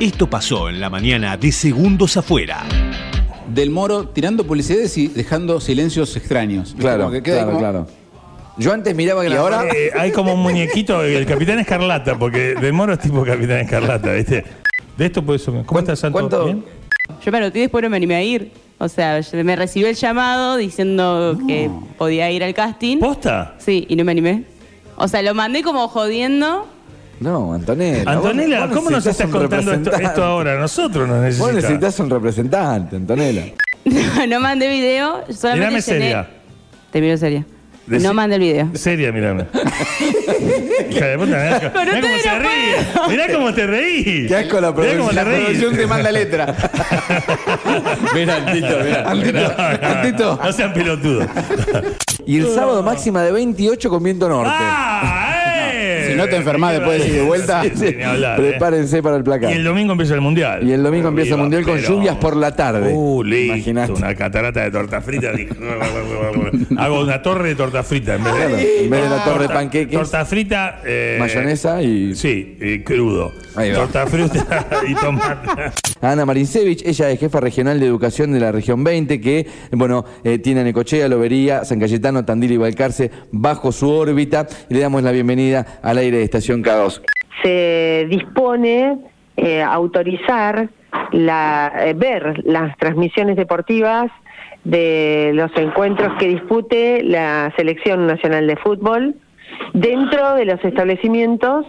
Esto pasó en la mañana de Segundos Afuera. Del Moro tirando publicidades y dejando silencios extraños. Claro, Como que queda ahí claro, como- claro. Yo antes miraba que ¿Y la ahora? Eh, hay como un muñequito, el Capitán Escarlata, porque Del Moro es tipo Capitán Escarlata, ¿viste? De esto puede ser. ¿Cómo estás, Santo? cuánto- ¿Bien? Yo me anoté y después no me animé a ir. O sea, yo- me recibió el llamado diciendo que podía ir al casting. ¿Posta? Sí, y no me animé. O sea, lo mandé como jodiendo. No, Antonella. vos- Antonella, vos ¿cómo nos necesitás estás un contando esto, representante. esto ahora? Nosotros nos Vos necesitamos. necesitas un representante, Antonella. No, no mandé video, yo solamente Mirame llené- seria. Te miro seria. Decí- No mandé el video. Seria, mirame. Hija de puta, mirá, Pero mirá cómo ustedes se no ríe. Mirá cómo te reí. Qué asco la Mirá cómo producción. te La reí. Producción te manda letra. Mira, Antito, Antito, Antito. No sean pelotudos. Y el sábado máxima de 28 con viento norte. ¡Ah! ¡Eh! Si no te enfermás después de ir de vuelta. Sí, sí, ni hablar, eh. Prepárense para el placar. Y el domingo empieza el mundial. Y el domingo empieza el Viva mundial con Perón. lluvias por la tarde. Uh, listo, Imaginaste. Una catarata de torta frita. Hago una torre de torta frita en vez Claro, de, en vez de la torre de panqueques. Ah, Torta frita. eh, Mayonesa y Sí, y crudo. Ahí va. Torta frita y tomate. Ana Marincevich, ella es jefa regional de educación de la región 20, que, bueno, eh, tiene a Necochea, Lobería, San Cayetano, Tandil y Balcarce bajo su órbita. Y le damos la bienvenida al aire de Estación K2. se dispone eh, autorizar la, eh, ver las transmisiones deportivas de los encuentros que dispute la Selección Nacional de Fútbol dentro de los establecimientos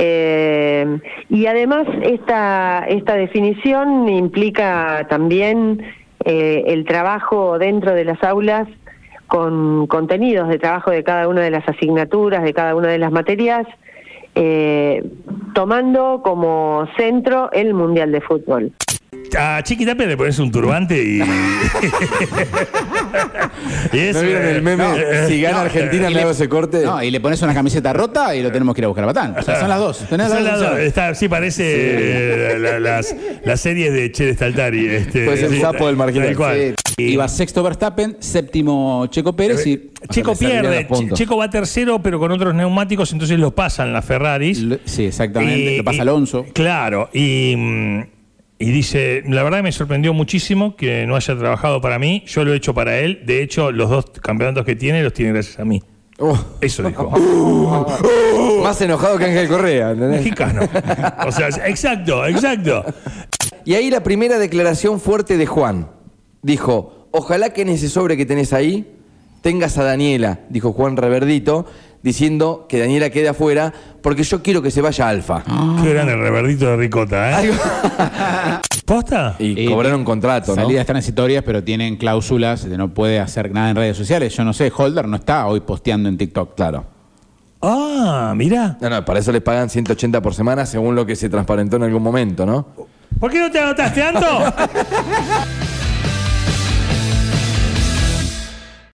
eh, y además esta, esta definición implica también eh, el trabajo dentro de las aulas con contenidos de trabajo de cada una de las asignaturas, de cada una de las materias, eh, tomando como centro el Mundial de Fútbol. A Ah, Chiqui Tapia le pones un turbante y. y es, ¿No vieron eh, el meme? no, eh, si gana no, Argentina, eh, me hago ese corte. No, y le pones una camiseta rota y lo tenemos que ir a buscar a Batán. O sea, son las dos. Tenés Son las las dos, dos. está- sí, parece eh, la- la- las, las series de Che Staltari. Este, Pues el sí, sapo del marginal. tal cual. este, Y- Eh, Iba sexto Verstappen, séptimo Checo Pérez y. Checo Le servían pierde, los puntos. Checo va tercero, pero con otros neumáticos, entonces lo pasan las Ferraris. Lo- Sí, exactamente. Y- Lo pasa y- Alonso. Claro, y, mm, y dice, la verdad me sorprendió muchísimo que no haya trabajado para mí, yo lo he hecho para él, de hecho los dos campeonatos que tiene los tiene gracias a mí. Oh, Eso dijo. más enojado que Ángel Correa, ¿entendés? Mexicano. O sea, exacto, exacto. Y ahí la primera declaración fuerte de Juan. Dijo, ojalá que en ese sobre que tenés ahí tengas a Daniela, dijo Juan Reverdito, diciendo que Daniela quede afuera porque yo quiero que se vaya Alfa. Ah. Qué grande el reverdito de ricota, ¿eh? ¿Posta? Ah. Y cobraron contrato, ¿no? Salidas transitorias, pero tienen cláusulas de no puede hacer nada en redes sociales. Yo no sé, Holder no está hoy posteando en TikTok. Claro. Ah, mirá. No, no, para eso les pagan 180 por semana según lo que se transparentó en algún momento, ¿no? ¿Por qué no te anotaste, Anto?